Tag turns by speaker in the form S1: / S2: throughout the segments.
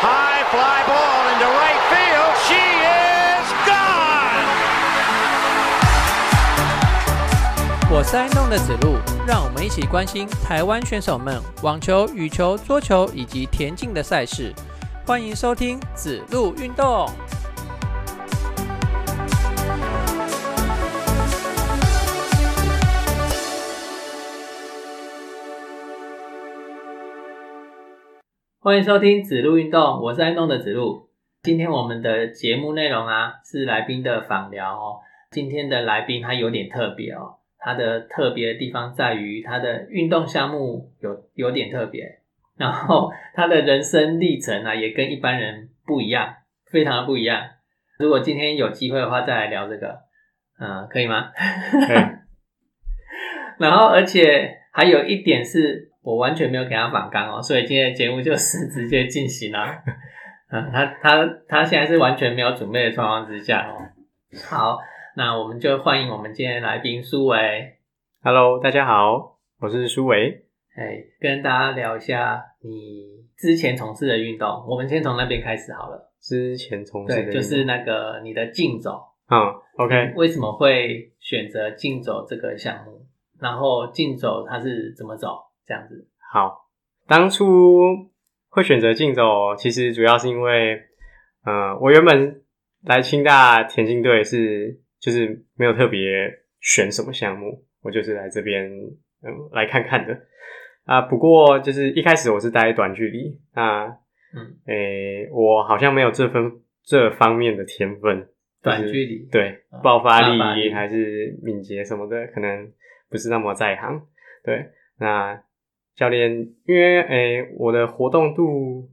S1: fly ball into right field. She is gone.
S2: 我是爱动的子路，让我们一起关心台湾选手们网球、羽球、桌球以及田径的赛事。欢迎收听子路运动。欢迎收听子路运动，我是爱动的子路。今天我们的节目内容啊，是来宾的访聊哦。今天的来宾他有点特别哦，它的特别的地方在于它的运动项目有有点特别，然后 他的人生历程啊也跟一般人不一样，非常的不一样。如果今天有机会的话，再来聊这个，嗯，可以吗？ 然后而且还有一点是我完全没有给他反纲哦，所以今天的节目就是 直接进行了、嗯，他他他现在是完全没有准备的状况之下哦。好，那我们就欢迎我们今天的来宾苏维。
S3: Hello，大家好，我是苏维。
S2: 哎，跟大家聊一下你之前从事的运动，我们先从那边开始好了。
S3: 之前从事的
S2: 对，就是那个你的竞走，
S3: 嗯，OK，
S2: 为什么会选择竞走这个项目？然后竞走它是怎么走？这样子，
S3: 好。当初会选择竞走，其实主要是因为，呃，我原本来清大田径队是就是没有特别选什么项目，我就是来这边嗯来看看的啊。不过就是一开始我是待短距离，那
S2: 嗯，
S3: 诶、我好像没有这份这方面的天分，就是
S2: 短距离
S3: 对
S2: 啊
S3: 爆发
S2: 爆发力
S3: 力还是敏捷什么的，可能不是那么在行。对，那教练因为诶、我的活动度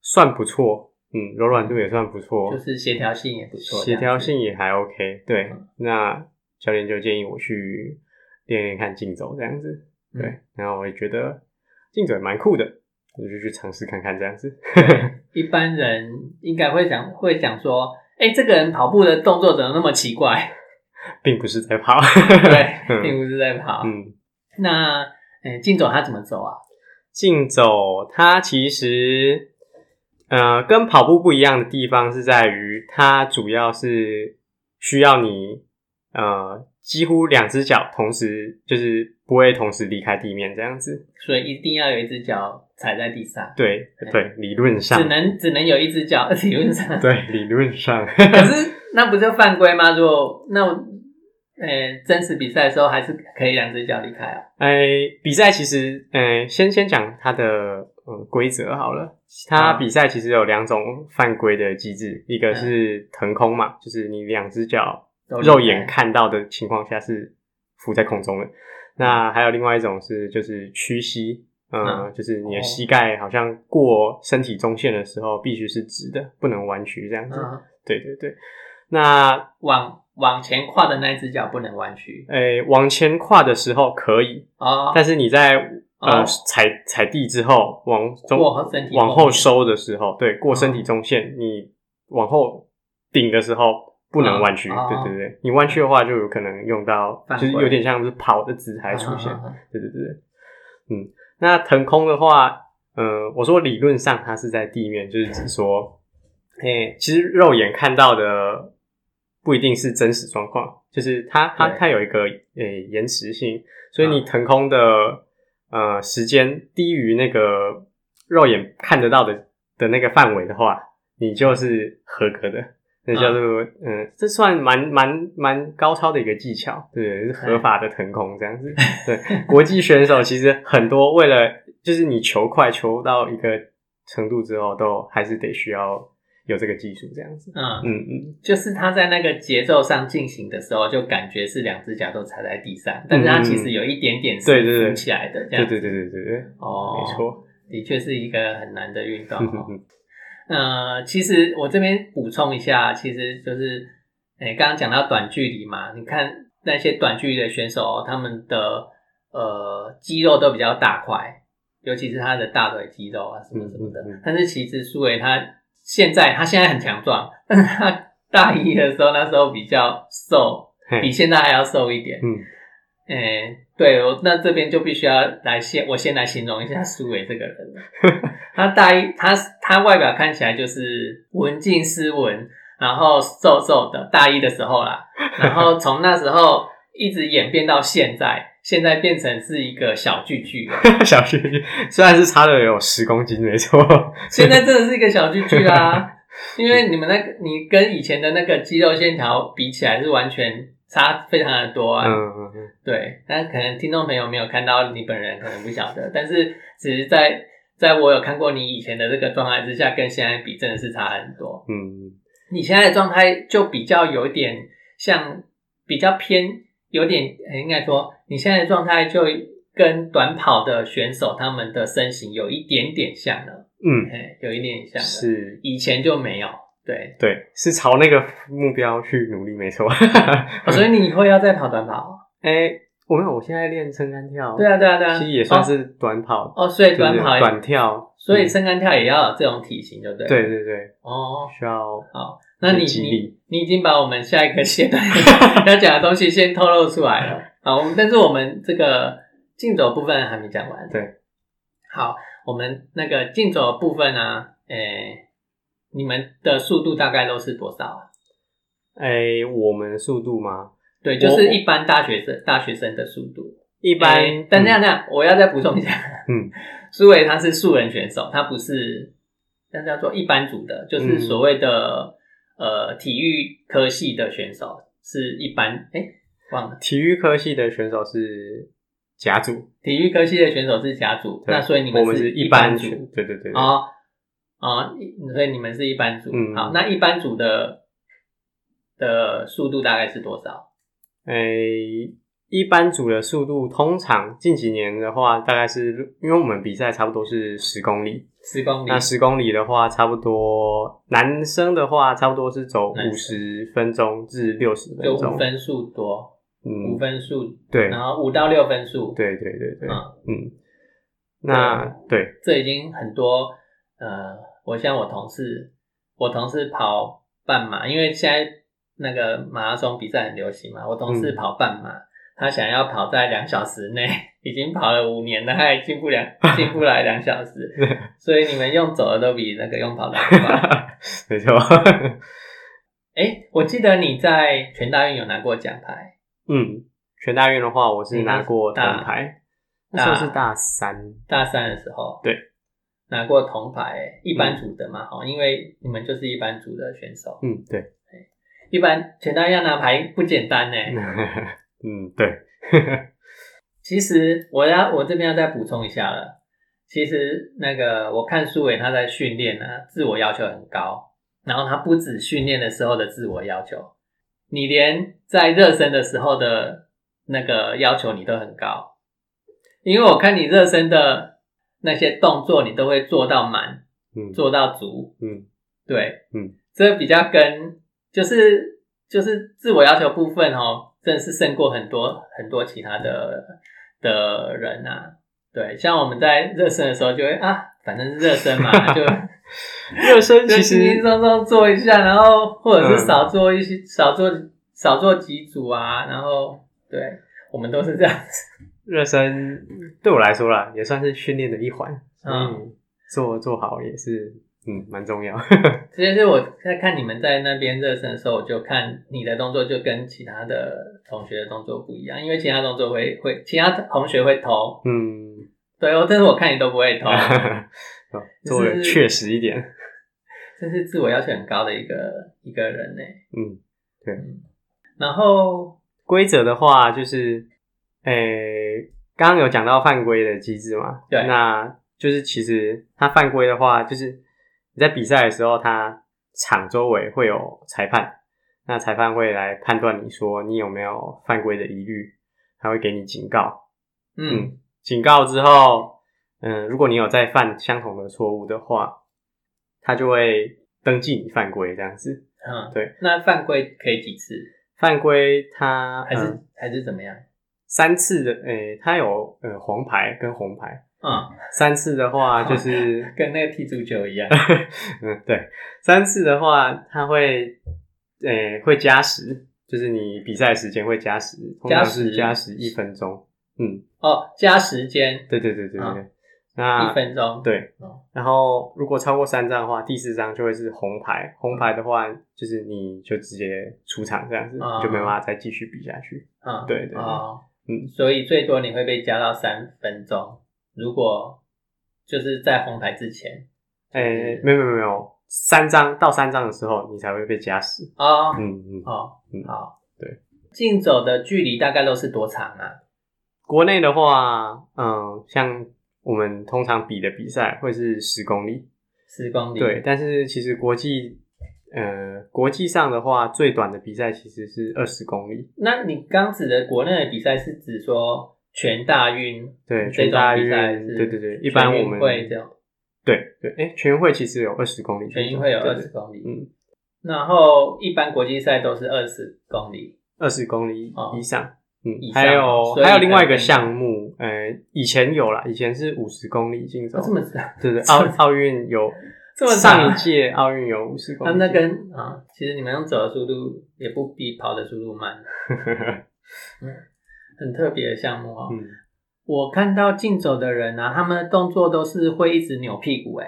S3: 算不错，嗯，柔软度也算不错，
S2: 嗯就是协调性也不错，
S3: 哦协调
S2: 这样
S3: 性也还 OK。对
S2: 嗯，
S3: 那教练就建议我去练练看竞走这样子。
S2: 嗯
S3: 对，然后我也觉得竞走也蛮酷的，我就去尝试看看这样子。
S2: 子。一般人应该会想会想说，哎，这个人跑步的动作怎么那么奇怪？
S3: 并不是在跑，
S2: 对，啊并
S3: 嗯
S2: 不是在跑。
S3: 嗯，
S2: 那，哎，竞走它怎么走啊？
S3: 竞走它其实呃跟跑步不一样的地方是在于，它主要是需要你呃几乎两只脚同时就是不会同时离开地面这样子。
S2: 所以一定要有一只脚踩在地上。
S3: 对
S2: 嗯
S3: 对，理论
S2: 只
S3: 上，
S2: 能只能有一只脚， 理论 上。
S3: 对理论上，
S2: 可是那不就犯规吗？如果那我，呃，真实比赛的时候还是可以两只脚离开啊。
S3: 哎，比赛其实，哎，先先讲它的呃规则好了。它
S2: 啊
S3: 比赛其实有两种犯规的机制，一
S2: 嗯
S3: 个是腾空嘛，就是你两只脚
S2: 都离开
S3: 肉眼看到的情况下是浮在空中的。那还有另外一种是就是屈膝，呃，
S2: 嗯
S3: 就是你
S2: 哦
S3: 的膝盖好像过身体中线的时候必须是直的，不能弯曲这样子。
S2: 嗯，
S3: 对对对。那
S2: 往往前跨的那一只脚不能弯曲
S3: 诶，哎往前跨的时候可以，
S2: 哦。
S3: 但是你在呃、
S2: 哦
S3: 踩踩地之后，往中
S2: 过后身体
S3: 往
S2: 后
S3: 后
S2: 面
S3: 收的时候，对，过身体
S2: 哦
S3: 中线，你往后顶的时候不能弯曲，
S2: 哦哦
S3: 对对对，你弯曲的话就有可能用到，
S2: 犯
S3: 就
S2: 规
S3: 是有点像是跑的姿态出现，
S2: 嗯嗯嗯嗯
S3: 对对对，对嗯，那腾空的话，呃，我说理论上它是在地面，就是指说，诶、其实肉眼看到的不一定是真实状况，就是它它
S2: 对
S3: 它有一个诶、延迟性，所以
S2: 嗯
S3: 你腾空的、呃时间低于那个肉眼看得到的的那个范围的话，你就是合格的。那叫做嗯、这算蛮蛮蛮高超的一个技巧，对，是合法的腾空这样子。对，国际选手其实很多为了就是你求快求到一个程度之后，都还是得需要有这个技术这样子。
S2: 嗯，
S3: 嗯嗯，
S2: 就是他在那个节奏上进行的时候，就感觉是两只脚都踩在地上，但是他其实有一点点
S3: 嗯对对
S2: 是
S3: 对
S2: 浮起来的，这
S3: 对
S2: 样
S3: 对对对对对，
S2: 哦，
S3: 没，错。
S2: 的确是一个很难的运动
S3: 嗯嗯。
S2: 哦
S3: 嗯
S2: 呃，其实我这边补充一下，其实就是，诶、刚刚讲到短距离嘛，你看那些短距离的选手哦、他们的呃肌肉都比较大块，尤其是他的大腿肌肉啊什么什么的。
S3: 嗯嗯嗯
S2: 但是其实苏伟他现在他现在很强壮，但是他大一的时候那时候比较瘦，
S3: 嘿
S2: 比现在还要瘦一点。
S3: 嗯，
S2: 诶、哎对，我那这边就必须要来先，我先来形容一下苏伟这个人。他大一，他他外表看起来就是文静斯文，然后瘦瘦的，大一的时候啦，然后从那时候一直演变到现在，现在变成是一个小巨巨了，
S3: 小旭虽然是差了有十公斤，没错，
S2: 现在真的是一个小巨巨啦。因为你们那个，你跟以前的那个肌肉线条比起来是完全差非常的多啊。
S3: 嗯，嗯
S2: 对，但可能听众朋友没有看到你本人，可能不晓得，但是只是在在我有看过你以前的这个状态之下，跟现在比真的是差很多。
S3: 嗯，
S2: 你现在的状态就比较有点像，比较偏，有点呃应该说你现在的状态就跟短跑的选手他们的身形有一点点像了，
S3: 嗯
S2: 嘿，有一点点像
S3: 嗯，
S2: 了，
S3: 是，
S2: 以前就没有。对，
S3: 对，是朝那个目标去努力，没错。 嗯
S2: 哦所以你以后要再跑短跑
S3: 哎，我没有，我现在练撑杆跳，
S2: 哦？对啊，对啊，对啊，
S3: 嗯其实也算
S2: 哦
S3: 是短跑，
S2: 哦，所以
S3: 就是
S2: 短跑也，
S3: 短跳，
S2: 所以
S3: 嗯
S2: 撑杆跳也要有这种体型，对不对？
S3: 对对对，
S2: 哦，
S3: 需要
S2: 好，那你
S3: 有激
S2: 你
S3: 励
S2: 你已经把我们下一个阶段要讲的东西先透露出来 了。好，我们但是我们这个竞走部分还没讲完。
S3: 对，
S2: 好，我们那个竞走的部分呢、诶、你们的速度大概都是多少啊？
S3: 哎，我们的速度吗？
S2: 对，就是
S3: 我
S2: 一般大学生大学生的速度。
S3: 一
S2: 一
S3: 般，
S2: 哎但这
S3: 嗯
S2: 样这样，我要再补充一下，
S3: 嗯，
S2: 苏伟他是素人选手，他不是那叫做一般组的，就是
S3: 嗯
S2: 所谓的、呃体育科系的选手，是一般哎、忘了，
S3: 嗯体育科系的选手是甲组，
S2: 体育科系的选手是甲组，
S3: 对
S2: 那所以你
S3: 我
S2: 们
S3: 们
S2: 是
S3: 一
S2: 般
S3: 选
S2: 组
S3: 对对对，对
S2: 哦哦，一所以你们是一般组。
S3: 嗯
S2: 好，那一般组的的速度大概是多少？
S3: 诶，哎一般组的速度通常近几年的话，大概是因为我们比赛差不多是十公里，
S2: 十公里
S3: 那十公里的话，差不多男生的话，差不多是走
S2: 男
S3: 五十分钟至六十分
S2: 就
S3: 钟，
S2: 五分数多，五
S3: 嗯，
S2: 分数，
S3: 对
S2: 然后五到六分数，
S3: 对对对对，
S2: 嗯
S3: 嗯，那对，
S2: 这已经很多呃，我像我同事，我同事跑半马，因为现在那个马拉松比赛很流行嘛，我同事
S3: 嗯
S2: 跑半马，他想要跑在两小时内， 已经跑了五年了，他还进步两进步来两小时，所以你们用走的都比那个用跑的还 快。
S3: 没错，
S2: 哎，我记得你在全大运有拿过奖牌，
S3: 嗯，全大运的话，我
S2: 你
S3: 是
S2: 那
S3: 拿过铜
S2: 大
S3: 牌，那
S2: 大
S3: 时候是大三，
S2: 大三的时候，
S3: 对，
S2: 拿过铜牌，诶一般组的嘛，哈、因为你们就是一般组的选手，
S3: 嗯，对，
S2: 一般全大运要拿牌不简单呢。
S3: 嗯，对，
S2: 其实我要我这边要再补充一下了，其实那个我看苏伟他在训练呢、啊，自我要求很高，然后他不止训练的时候的自我要求，你连在热身的时候的那个要求你都很高，因为我看你热身的那些动作你都会做到满，
S3: 嗯，
S2: 做到足，
S3: 嗯，
S2: 对，
S3: 嗯，
S2: 这比较跟就是就是自我要求部分哦，真的是胜过很多很多其他的的人啊。对，像我们在热身的时候就会啊，反正是热 身嘛，就
S3: 热身
S2: 就
S3: 其
S2: 轻轻
S3: 实，
S2: 松松做一下，然后或者是
S3: 嗯
S2: 少做一些、少做少做几组啊，然后对我们都是这样子。
S3: 热身对我来说啦，也算是训练的一环，
S2: 嗯
S3: 嗯，做做好也是，嗯，蛮重要。
S2: 其实我在看你们在那边热身的时候，我就看你的动作就跟其他的同学的动作不一样，因为其他动作会会其他同学会投，
S3: 嗯，
S2: 对哦，但是我看你都不会 投，
S3: 哦做的确实一点。
S2: 真是自我要求很高的一个一个人呢。
S3: 嗯，
S2: 然后
S3: 规则的话就是，诶、刚刚有讲到犯规的机制嘛？
S2: 对
S3: 那就是其实他犯规的话，就是你在比赛的时候，他场周围会有裁判，那裁判会来判断你说你有没有犯规的疑虑，他会给你警告。
S2: 嗯
S3: 嗯，警告之后，嗯，如果你有再犯相同的错误的话，他就会登记你犯规这样子。
S2: 嗯，
S3: 对，
S2: 那犯规可以几次，
S3: 犯规他
S2: 还是、
S3: 嗯
S2: 还是怎么样？
S3: 三次的，诶、他有呃黄牌跟红牌。
S2: 嗯，
S3: 三次的 话就是，
S2: 跟那个踢足球一样，
S3: 嗯，对，三次的话他会，诶、会加时，就是你比赛时间会加时，通
S2: 加
S3: 常
S2: 时
S3: 是加时一分钟。嗯，
S2: 哦，加时间
S3: 对对对对对。
S2: 啊
S3: 那
S2: 一分钟，
S3: 对
S2: 哦，
S3: 然后如果超过三张的话，第四张就会是红牌。红牌的话，就是你就直接出场这样子，
S2: 啊
S3: 就没办法再继续比下去。
S2: 嗯，
S3: 对对对
S2: 哦，
S3: 嗯
S2: 所以最多你会被加到三分钟，如果就是在红牌之前
S3: 哎、
S2: 嗯
S3: 没有没有没有，三张到三张的时候，你才会被加时。
S2: 哦，
S3: 嗯嗯，
S2: 哦，
S3: 嗯
S2: 好，
S3: 对，
S2: 竞走的距离大概都是多长啊？
S3: 国内的话，嗯，像我们通常比的比赛会是十公里，
S2: 十公里，
S3: 对，，但是其实国际。呃，国际上的话，最短的比赛其实是二十公里，
S2: 那你刚指的国内的比赛是指说全大运？
S3: 对，
S2: 这
S3: 全
S2: 种
S3: 大
S2: 比
S3: 运
S2: 赛，是
S3: 对对对，一般我们
S2: 会这样，
S3: 对对，哎，全运会其实有二十公里，
S2: 全运会有
S3: 对
S2: 二
S3: 对
S2: 十公里，
S3: 嗯，
S2: 然后一般国际赛都是二十公里，
S3: 二十公里
S2: 哦
S3: 以上，嗯
S2: 以，上
S3: 还有
S2: 所以
S3: 还有另外一个
S2: 才
S3: 项目，呃，以前有啦，以前是五十公里竞走
S2: 哦，这么长，
S3: 对对，奥奥运有
S2: 这么
S3: 上
S2: 长
S3: 一届奥运有五十公
S2: 那
S3: 里，
S2: 那跟啊，其实你们用走的速度也不比跑的速度 慢，嗯很特别的项目哦。
S3: 嗯，
S2: 我看到竞走的人啊，他们的动作都是会一直扭屁股、欸，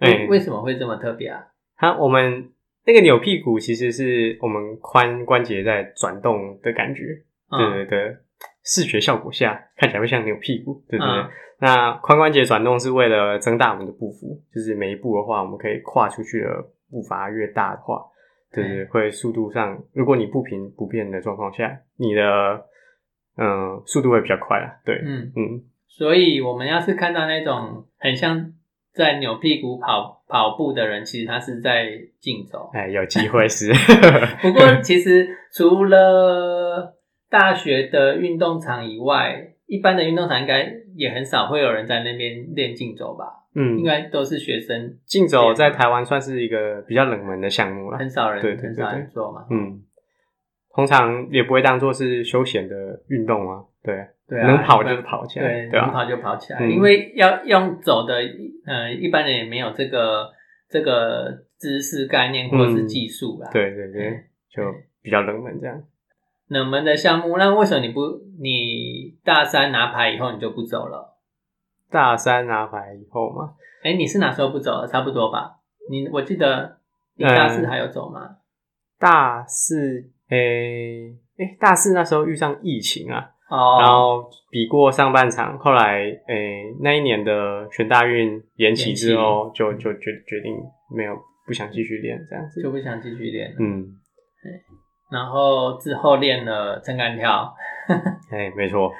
S3: 哎，
S2: 为什么会这么特别啊？
S3: 它我们那个扭屁股其实是我们髋关节在转动的感觉，
S2: 嗯、
S3: 对对对，视觉效果下看起来会像扭屁股，对对对
S2: 嗯。
S3: 那髋关节转动是为了增大我们的步幅，就是每一步的话，我们可以跨出去的步伐越大的话，对对，会速度上，如果你步频不变的状况下，你的嗯、呃速度会比较快啦，对，
S2: 嗯。
S3: 嗯，
S2: 所以我们要是看到那种很像在扭屁股跑跑步的人，其实他是在竞走。
S3: 哎，有机会 是，
S2: 不过
S3: 嗯
S2: 其实除了大学的运动场以外，一般的运动场应该也很少会有人在那边练竞走吧？
S3: 嗯，
S2: 应该都是学生，
S3: 竞走在台湾算是一个比较冷门的项目啦，
S2: 啊很少人
S3: 对对对
S2: 很少人做嘛。
S3: 嗯，通常也不会当做是休闲的运动啊，对，
S2: 对啊，
S3: 能跑就是跑起来，
S2: 对，
S3: 对
S2: 能
S3: 啊，
S2: 跑就跑起来，
S3: 嗯
S2: 因为要用走的，呃，一般人也没有这个这个知识概念或者是
S3: 嗯
S2: 技术啦。
S3: 对对对，就比较冷门这样。
S2: 冷门的项目，那为什么你不你大三拿牌以后你就不走了？
S3: 大三拿牌以后嘛，
S2: 哎，你是哪时候不走了？差不多吧？你我记得你大
S3: 嗯
S2: 四还有走吗？
S3: 大四，诶、诶、大四那时候遇上疫情啊，然
S2: 哦，
S3: 后比过上半场，后来诶、那一年的全大运延期之后，就就决决定没有不想继续练这样子
S2: 就，不想继续练了。
S3: 嗯，
S2: 然后之后练了撑杆跳，
S3: 哎、没错，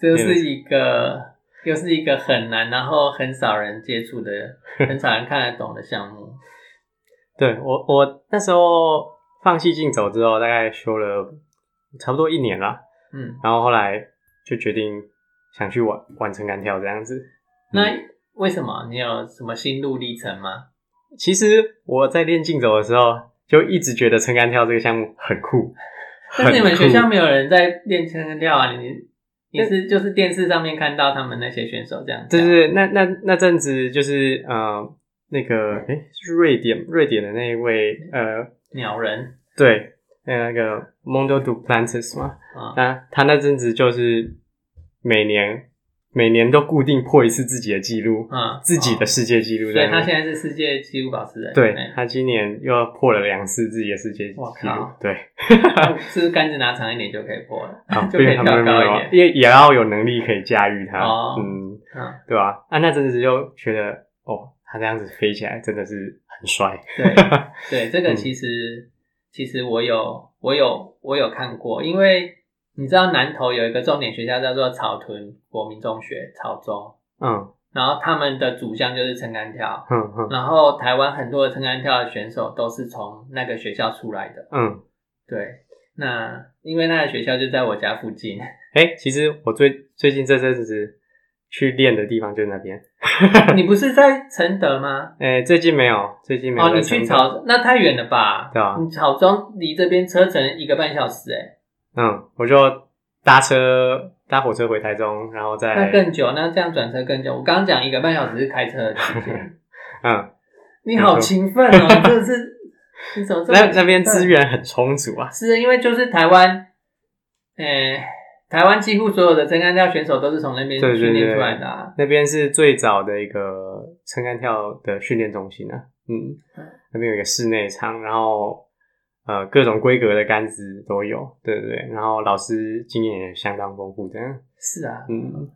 S2: 这
S3: 嗯
S2: 是一个又是一个很难，然后很少人接触的，很少人看得懂的项目。
S3: 对我，我那时候放弃竞走之后，大概修了差不多一年啦，
S2: 嗯，
S3: 然后后来就决定想去玩玩撑杆跳这样子。
S2: 那为什么你有什么心路历程吗？
S3: 其实我在练竞走的时候，就一直觉得撑杆跳这个项目很酷。
S2: 但是你们
S3: 很酷
S2: 学校没有人在练撑杆跳啊？你你是就是电视上面看到他们那些选手这样啊
S3: 就
S2: 跳，
S3: 是那那那阵子就是呃那个诶是瑞典瑞典的那一位呃
S2: 鸟人
S3: 对呃那个 Mondo Duplantis 嘛，
S2: 啊，
S3: 那他那阵子就是每年每年都固定破一次自己的记录，
S2: 嗯，
S3: 自己的
S2: 哦
S3: 世界纪录
S2: 所
S3: 在
S2: 以
S3: 那
S2: 他
S3: 里。
S2: 现在是世界纪录保持人，
S3: 对
S2: 哎
S3: 他今年又破了两次自己的世界纪
S2: 我
S3: 录
S2: 靠，
S3: 对
S2: 是不是杆子拿长一点就可以破 了？
S3: 啊，
S2: 就可以
S3: 并没有
S2: 跳高
S3: 没有
S2: 一
S3: 没有
S2: 点。
S3: 也也要有能力可以驾驭它，
S2: 哦
S3: 嗯，
S2: 嗯，
S3: 对吧、啊？那阵子就觉得哦，他这样子飞起来真的是很帅，
S2: 对对，
S3: 嗯
S2: 这个其实其实我有我有我有看过，因为你知道南投有一个重点学校叫做草屯国民中学草中，
S3: 嗯
S2: 然后他们的主项就是撑杆跳，
S3: 哼哼
S2: 然后台湾很多的撑杆跳的选手都是从那个学校出来的。
S3: 嗯。
S2: 对，那因为那个学校就在我家附近，
S3: 哎、其实我最最近这阵子去练的地方就是那边，
S2: 你不是在承德吗？
S3: 哎、最近没有，最近没有
S2: 哦，
S3: 在
S2: 你
S3: 成
S2: 去
S3: 长。
S2: 草，那太远了吧？
S3: 对啊
S2: 你草中嗯离这边车程一个半小时、欸，
S3: 嗯，我就搭车搭火车回台中，然后再
S2: 那更久，那这样转车更久。我刚刚 讲一个半小时是开车的时间，
S3: 嗯，
S2: 你好勤奋哦，你真的是你怎么这么
S3: 那那边资源很充足啊，
S2: 是因为就是台湾，呃，台湾几乎所有的真干跳选手都是从那边
S3: 对对
S2: 训练
S3: 对
S2: 出来的、啊。
S3: 那边是最早的一个撑杆跳的训练中心啊，嗯
S2: 嗯，
S3: 那边有一个室内场，然后呃各种规格的杆子都有，对对对，然后老师经验也相当丰富，这样，
S2: 是啊，
S3: 嗯，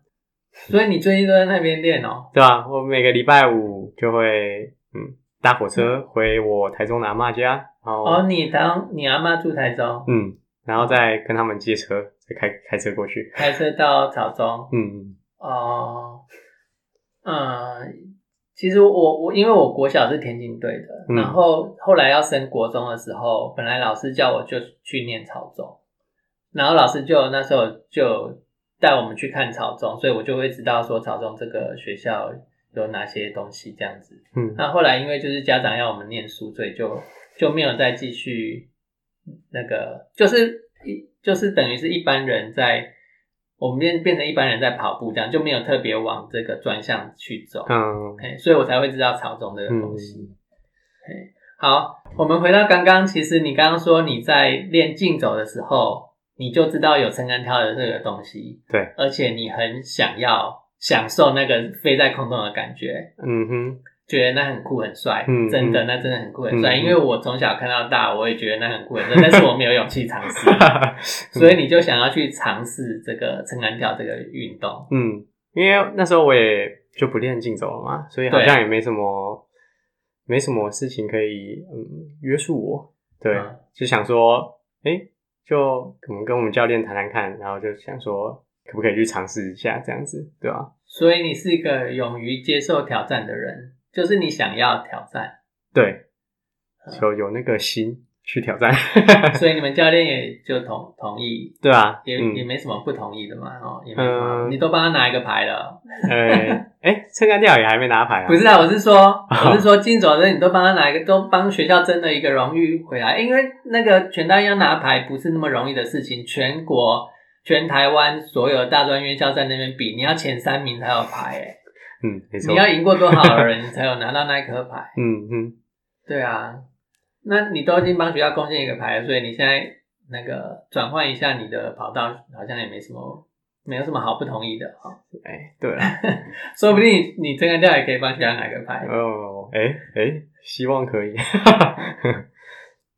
S2: 所以你最近都在那边练哦。
S3: 对吧、我每个礼拜五就会嗯搭火车回我台中的阿嬷家，然后、
S2: 哦，你当你阿妈住台中，
S3: 嗯，然后再跟他们借车，再开开车过去，
S2: 开车到草中。
S3: 嗯，
S2: 哦，嗯，其实我我因为我国小是田径队的，
S3: 嗯
S2: 然后后来要升国中的时候，本来老师叫我就去念草中，然后老师就那时候就带我们去看草中，所以我就会知道说草中这个学校有哪些东西这样子。
S3: 嗯
S2: 那后来因为就是家长要我们念书，所以就就没有再继续那个，就是一就是等于是一般人在我们变变成一般人在跑步这样，就没有特别往这个专项去走。
S3: 嗯
S2: 哎，所以我才会知道草种这个
S3: 嗯
S2: 东西。好，我们回到刚刚，其实你刚刚说你在练竞走的时候，你就知道有撑杆跳的这个东西，
S3: 对，
S2: 而且你很想要享受那个飞在空中的感觉。
S3: 嗯哼，
S2: 觉得那很酷很帅，
S3: 嗯
S2: 真的
S3: 嗯
S2: 那真的很酷很帅，
S3: 嗯嗯
S2: 因为我从小看到大，我也觉得那很酷很帅，但是我没有勇气尝 试， 所
S3: 嗯
S2: 以你就想要去尝试这个撑杆跳这个运动，
S3: 嗯，因为那时候我也就不练竞走了嘛，所以好
S2: 对
S3: 像也没什么没什么事情可以嗯约束我，对，
S2: 嗯
S3: 就想说，哎、就我们跟我们教练谈谈看，然后就想说可不可以去尝试一下这样子，对吧、
S2: 所以你是一个勇于接受挑战的人，就是你想要挑战，
S3: 对，
S2: 嗯
S3: 就有那个心去挑战，
S2: 所以你们教练也就同同意。
S3: 对啊，
S2: 也、
S3: 嗯
S2: 也没什么不同意的嘛，哦，也没什么，
S3: 嗯
S2: 你都帮他拿一个牌了，
S3: 呃，哎，撑杆跳也还没拿牌啊？
S2: 不 是啊，我是说，我是说，金总的你都帮他拿一个，都帮学校争了一个荣誉回来，因为那个全大要拿牌不是那么容易的事情，全国、全台湾所有大专院校在那边比，你要前三名才有牌、欸，
S3: 嗯，没错
S2: 你，要赢过多少人你才有拿到那一颗牌？
S3: 嗯嗯，
S2: 对啊，那你都已经帮学校贡献一个牌了，所以你现在那个转换一下你的跑道，好像也没什么，没有什么好不同意的哈、哦，
S3: 哎，对啊，
S2: 说不定你这个掉也可以帮学校拿一个牌。
S3: 哦，哎哎，希望可以，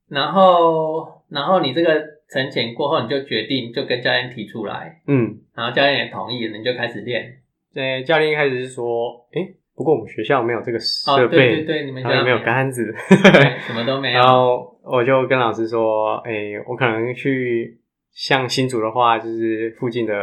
S2: 然后，然后你这个沉潜过后，你就决定就跟教练提出来，
S3: 嗯。
S2: 然后教练也同意了，你就开始练。
S3: 对，教练一开始是说，诶、哎不过我们学校没有这个
S2: 哦，
S3: 设
S2: 对对
S3: 备，
S2: 对，你们
S3: 然后也
S2: 教
S3: 没有
S2: 干，
S3: 杆子，
S2: 对，什么都没
S3: 然
S2: 有。
S3: 后我就跟老师说，诶、我可能去像新竹的话，就是附近的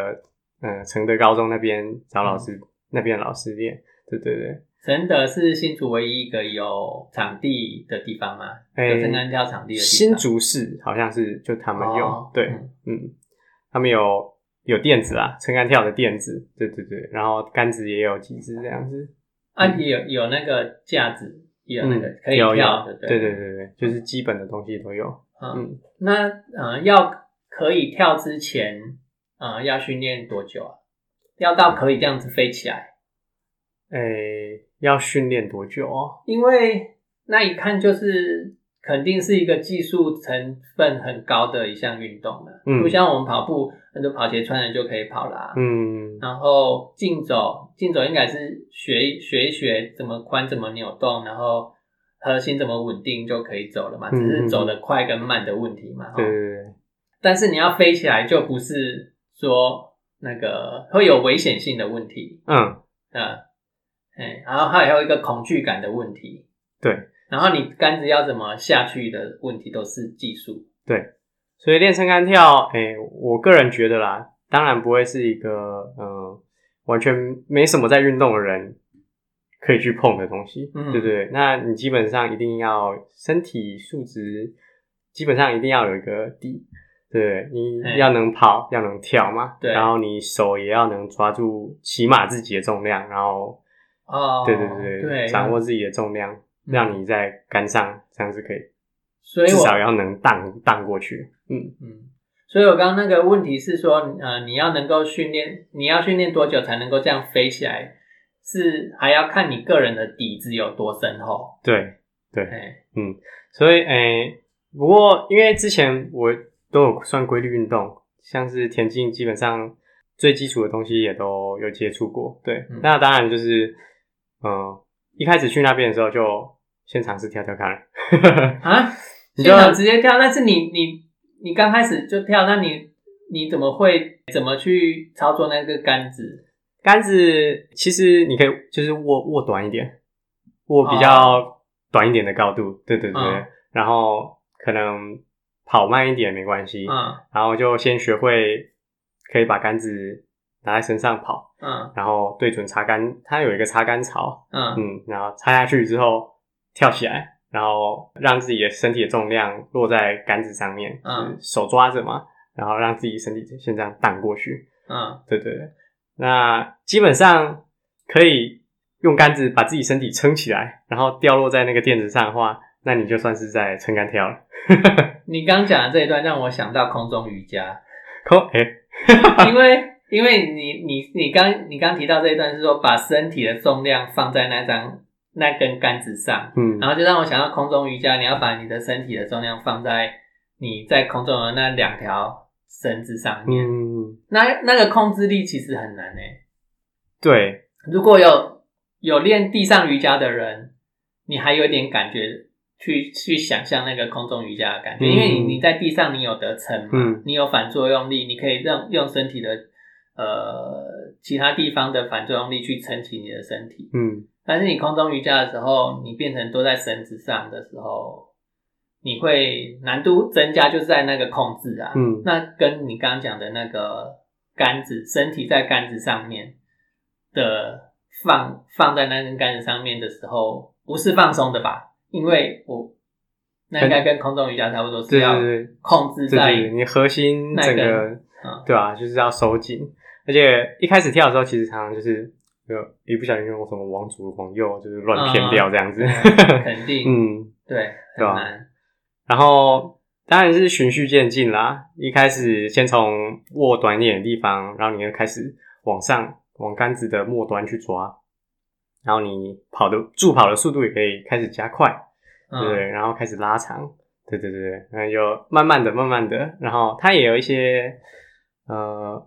S3: 呃承德高中那边找老师，那边的老师练，对对对，
S2: 承德是新竹唯一一个有场地的地方吗？
S3: 哎
S2: 有撑杆跳场地的地
S3: 新
S2: 方。
S3: 竹市好像是就他们有，
S2: 哦
S3: 对，
S2: 嗯
S3: 嗯，他们有有垫子啊，撑杆跳的垫子，对对对，然后杆子也有几支这样子，
S2: 啊，有有那个架子，也有那个
S3: 嗯
S2: 可以
S3: 有有
S2: 跳的，
S3: 对
S2: 对
S3: 对。对对，就是基本的东西都有。
S2: 嗯，
S3: 嗯，
S2: 那呃，要可以跳之前，呃，要训练多久啊？要到可以这样子飞起来？
S3: 诶、要训练多久哦？
S2: 因为那一看就是肯定是一个技术成分很高的一项运动了，
S3: 嗯
S2: 不像我们跑步，很多跑鞋穿了就可以跑啦。
S3: 嗯
S2: 然后竞走，竞走应该是学一学一学怎么髋怎么扭动，然后核心怎么稳定就可以走了嘛，
S3: 嗯
S2: 只是走得快跟慢的问题嘛。哈
S3: 对对对，
S2: 但是你要飞起来就不是说那个会有危险性的问题，
S3: 嗯，
S2: 嗯，哎，然后还有一个恐惧感的问题，
S3: 对
S2: 然后你杆子要怎么下去的问题都是技术，
S3: 对。所以练撑杆跳，诶、我个人觉得啦，当然不会是一个嗯、呃完全没什么在运动的人可以去碰的东西，
S2: 嗯
S3: 对对对。那你基本上一定要身体素质，基本上一定要有一个底。对，你
S2: 哎
S3: 要能跑，要能跳嘛，
S2: 对
S3: 然后你手也要能抓住起码自己的重量，然后
S2: 哦，
S3: 对对对
S2: 对，
S3: 掌握自己的重量，
S2: 嗯
S3: 让你在杆上这样子可以，
S2: 所以
S3: 至
S2: 我
S3: 少要能荡荡过去。嗯，
S2: 嗯，所以我刚刚那个问题是说，呃，你要能够训练，你要训练多久才能够这样飞起来？是还要看你个人的底子有多深厚，
S3: 对，对，
S2: 哎，
S3: 所以诶、不过因为之前我都有算规律运动，像是田径，基本上最基础的东西也都有接触过。对，
S2: 嗯
S3: 那当然就是，嗯、一开始去那边的时候就先尝试跳跳看，
S2: 啊，
S3: 你
S2: 现
S3: 就
S2: 场直接跳，但是你你你刚开始就跳，那你你怎么会怎么去操作那个杆子？
S3: 杆子其实你可以就是握握短一点，握比较短一点的高度，对对对，
S2: 哦嗯
S3: 然后可能跑慢一点没关系，
S2: 嗯
S3: 然后就先学会可以把杆子拿在身上跑，
S2: 嗯
S3: 然后对准插杆，它有一个插杆槽，
S2: 嗯
S3: 嗯，然后插下去之后跳起来，然后让自己的身体的重量落在杆子上面，
S2: 嗯，
S3: 手抓着嘛，然后让自己身体先这样荡过去，
S2: 嗯，
S3: 对对，对，那基本上可以用杆子把自己身体撑起来，然后掉落在那个垫子上的话，那你就算是在撑杆跳了。
S2: 你刚讲的这一段让我想到空中瑜伽，
S3: 空哎、
S2: 因为因为你你你刚你刚提到这一段是说把身体的重量放在那张那根杆子上，
S3: 嗯，
S2: 然后就让我想到空中瑜伽，你要把你的身体的重量放在你在空中的那两条绳子上面，
S3: 嗯，
S2: 那那个控制力其实很难欸诶、
S3: 对，
S2: 如果有有练地上瑜伽的人，你还有点感觉去去想象那个空中瑜伽的感
S3: 嗯
S2: 觉，因为你你在地上你有得撑嘛，
S3: 嗯
S2: 你有反作用力，你可以让用身体的呃其他地方的反作用力去撑起你的身体。
S3: 嗯
S2: 但是你空中瑜伽的时候，你变成都在绳子上的时候，你会难度增加，就是在那个控制啊。
S3: 嗯
S2: 那跟你刚刚讲的那个杆子，身体在杆子上面的放放在那根杆子上面的时候，不是放松的吧？因为我那应该跟空中瑜伽差不多，是
S3: 对
S2: 要
S3: 对对
S2: 控制
S3: 对
S2: 在
S3: 对，你核心
S2: 那
S3: 整
S2: 根
S3: 个
S2: 嗯
S3: 对啊，就是要收紧，而且一开始跳的时候，其实常常就是就一不小心用什么往左往右，就是乱偏掉这样子。
S2: 肯 定
S3: 嗯，
S2: 对
S3: 对
S2: 很
S3: 啊
S2: 难
S3: 然后当然是循序渐进啦，一开始先从握短一点的地方，然后你就开始往上往杆子的末端去抓，然后你跑的助跑的速度也可以开始加快，对不对？
S2: 嗯
S3: 然后开始拉长，对对对对，那就慢慢的慢慢的，然后它也有一些呃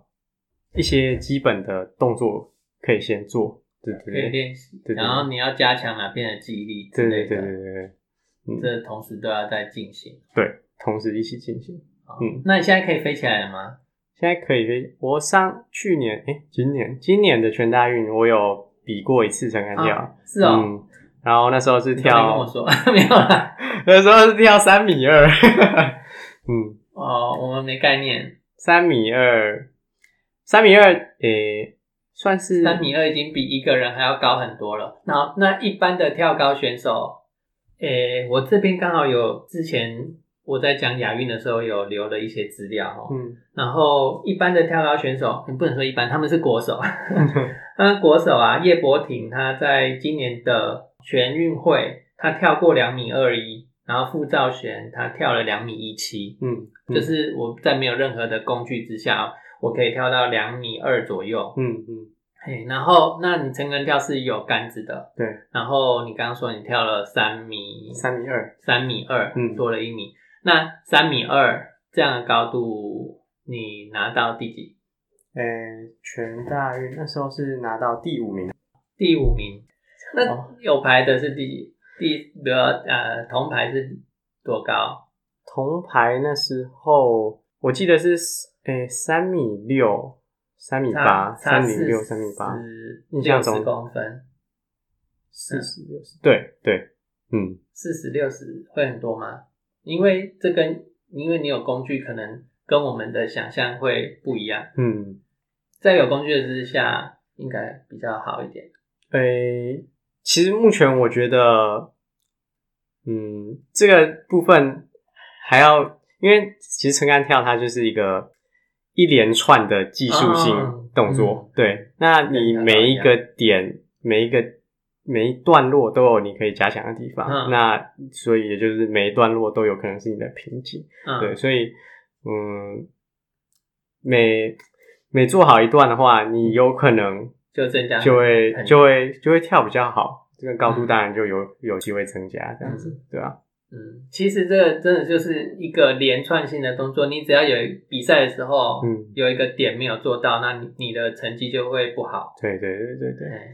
S3: 一些基本的动作可以先做，对对
S2: 可以
S3: 对，
S2: 练习，
S3: 对对
S2: 然后你要加强哪边的记忆力之
S3: 对
S2: 类
S3: 对
S2: 的，
S3: 对对对对，
S2: 这同时都要在进行。
S3: 对，同时一起进行。
S2: 好
S3: 嗯
S2: 那你现在可以飞起来了吗？
S3: 现在可以飞。我上去年哎、诶今年今年的全大运，我有比过一次撑杆跳，
S2: 啊是哦，
S3: 嗯，然后那时候是
S2: 你刚才跟我
S3: 跳，
S2: 说 没有啦，
S3: 那时候是跳三米二， 嗯，
S2: 哦，我们没概念，
S3: 三米二，三米二，诶、算是
S2: 三米二已经比一个人还要高很多了。那那一般的跳高选手，诶，我这边刚好有之前我在讲亚运的时候有留了一些资料哦，
S3: 嗯
S2: 然后一般的跳高选手，你不能说一般，他们是国手。
S3: 嗯
S2: 那国手啊，叶博婷，她在今年的全运会，她跳过两米二一，然后傅兆璇她跳了两米一七，
S3: 嗯，
S2: 就是我在没有任何的工具之下，我可以跳到两米二左右。
S3: 嗯嗯
S2: 嘿，然后那你成人跳是有杆子的，
S3: 对。
S2: 然后你刚刚说你跳了三米
S3: 三米二，
S2: 三米二，
S3: 嗯
S2: 多了一米。那三米二这样的高度，你拿到第几？
S3: 诶、全大运那时候是拿到第五名，
S2: 第五名。那
S3: 哦
S2: 有牌的是第几？第比如呃，铜牌是多高？
S3: 铜牌那时候我记得是诶三、米六。三米八，
S2: 差
S3: 三米六，三米八，，印
S2: 六
S3: 象
S2: 十
S3: 中
S2: 公分，
S3: 四十六十，对对，嗯，
S2: 四十六十会很多吗？因为这跟因为你有工具，可能跟我们的想象会不一样。
S3: 嗯，
S2: 在有工具的之下，应该比较好一点。
S3: 诶、呃其实目前我觉得，嗯，这个部分还要，因为其实撑杆跳它就是一个一连串的技术性
S2: 哦
S3: 动作，对，那你每一个点，每一个每一段落都有你可以加强的地方，
S2: 嗯
S3: 那所以也就是每一段落都有可能是你的瓶颈。
S2: 嗯，
S3: 对，所以嗯，每
S2: 嗯
S3: 每做好一段的话，你有可能
S2: 就增加
S3: 就会
S2: 很
S3: 就会就会跳比较好，这个高度当然就有有机会增加，这样子，对吧、
S2: 嗯，其实这个真的就是一个连串性的动作，你只要有比赛的时候，
S3: 嗯
S2: 有一个点没有做到，那你你的成绩就会不好。
S3: 对对对对对，
S2: 哎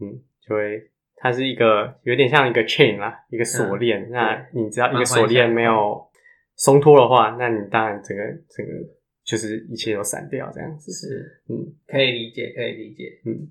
S3: 嗯，就会它是一个有点像一个 chain 啦，一个
S2: 嗯
S3: 锁链。那你只要一个锁链没有松脱的话，那你当然整个整个就是一切都散掉这样子。
S2: 是
S3: 嗯
S2: 可以理解，可以理解。
S3: 嗯，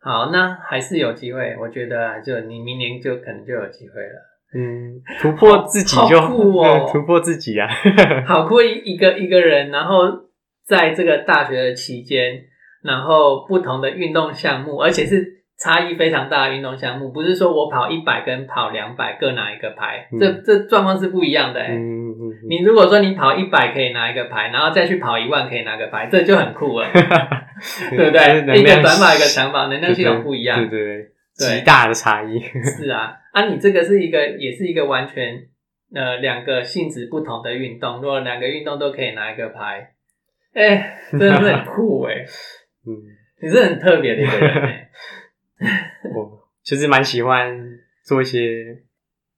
S2: 好，那还是有机会，我觉得啊就你明年就可能就有机会了。
S3: 嗯，突破自己就、
S2: 好酷哦
S3: 突破自己啊！
S2: 好酷一一个一个人，然后在这个大学的期间，然后不同的运动项目，而且是差异非常大的运动项目，不是说我跑一百跟跑两百各拿一个牌，
S3: 嗯
S2: 这这状况是不一样的、欸。
S3: 嗯嗯嗯，
S2: 你 如果说你跑一百可以拿一个牌，然后再去跑一万可以拿个牌，这就很酷 了，对不对？一个短跑一个长跑，能量系统不
S3: 对
S2: 一样。
S3: 对对，
S2: 对
S3: 极大的差异。
S2: 是啊，啊，你这个是一个，也是一个完全呃两个性质不同的运动。如果两个运动都可以拿一个牌，哎、真的是很酷哎、
S3: 嗯，
S2: 你是很特别的一个人哎、
S3: 我其实蛮喜欢做一些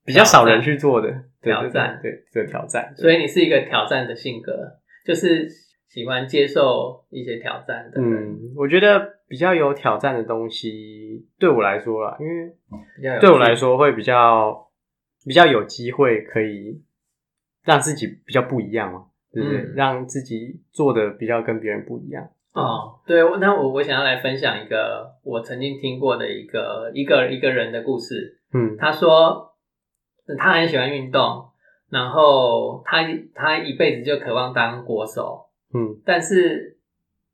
S3: 比较少人去做的对
S2: 挑战
S3: 对对对挑战。
S2: 所以你是一个挑战的性格，就是喜欢接受一些挑战的人，
S3: 嗯，我觉得比较有挑战的东西，对我来说啦，因为
S2: 比较有
S3: 对我
S2: 趣
S3: 来说会比较比较有机会可以让自己比较不一样嘛，对不对？
S2: 嗯
S3: 让自己做的比较跟别人不一样。
S2: 哦，对，我那我我想要来分享一个我曾经听过的一个一个一个人的故事。
S3: 嗯
S2: 他说嗯他很喜欢运动，然后他他一辈子就渴望当国手，
S3: 嗯
S2: 但是，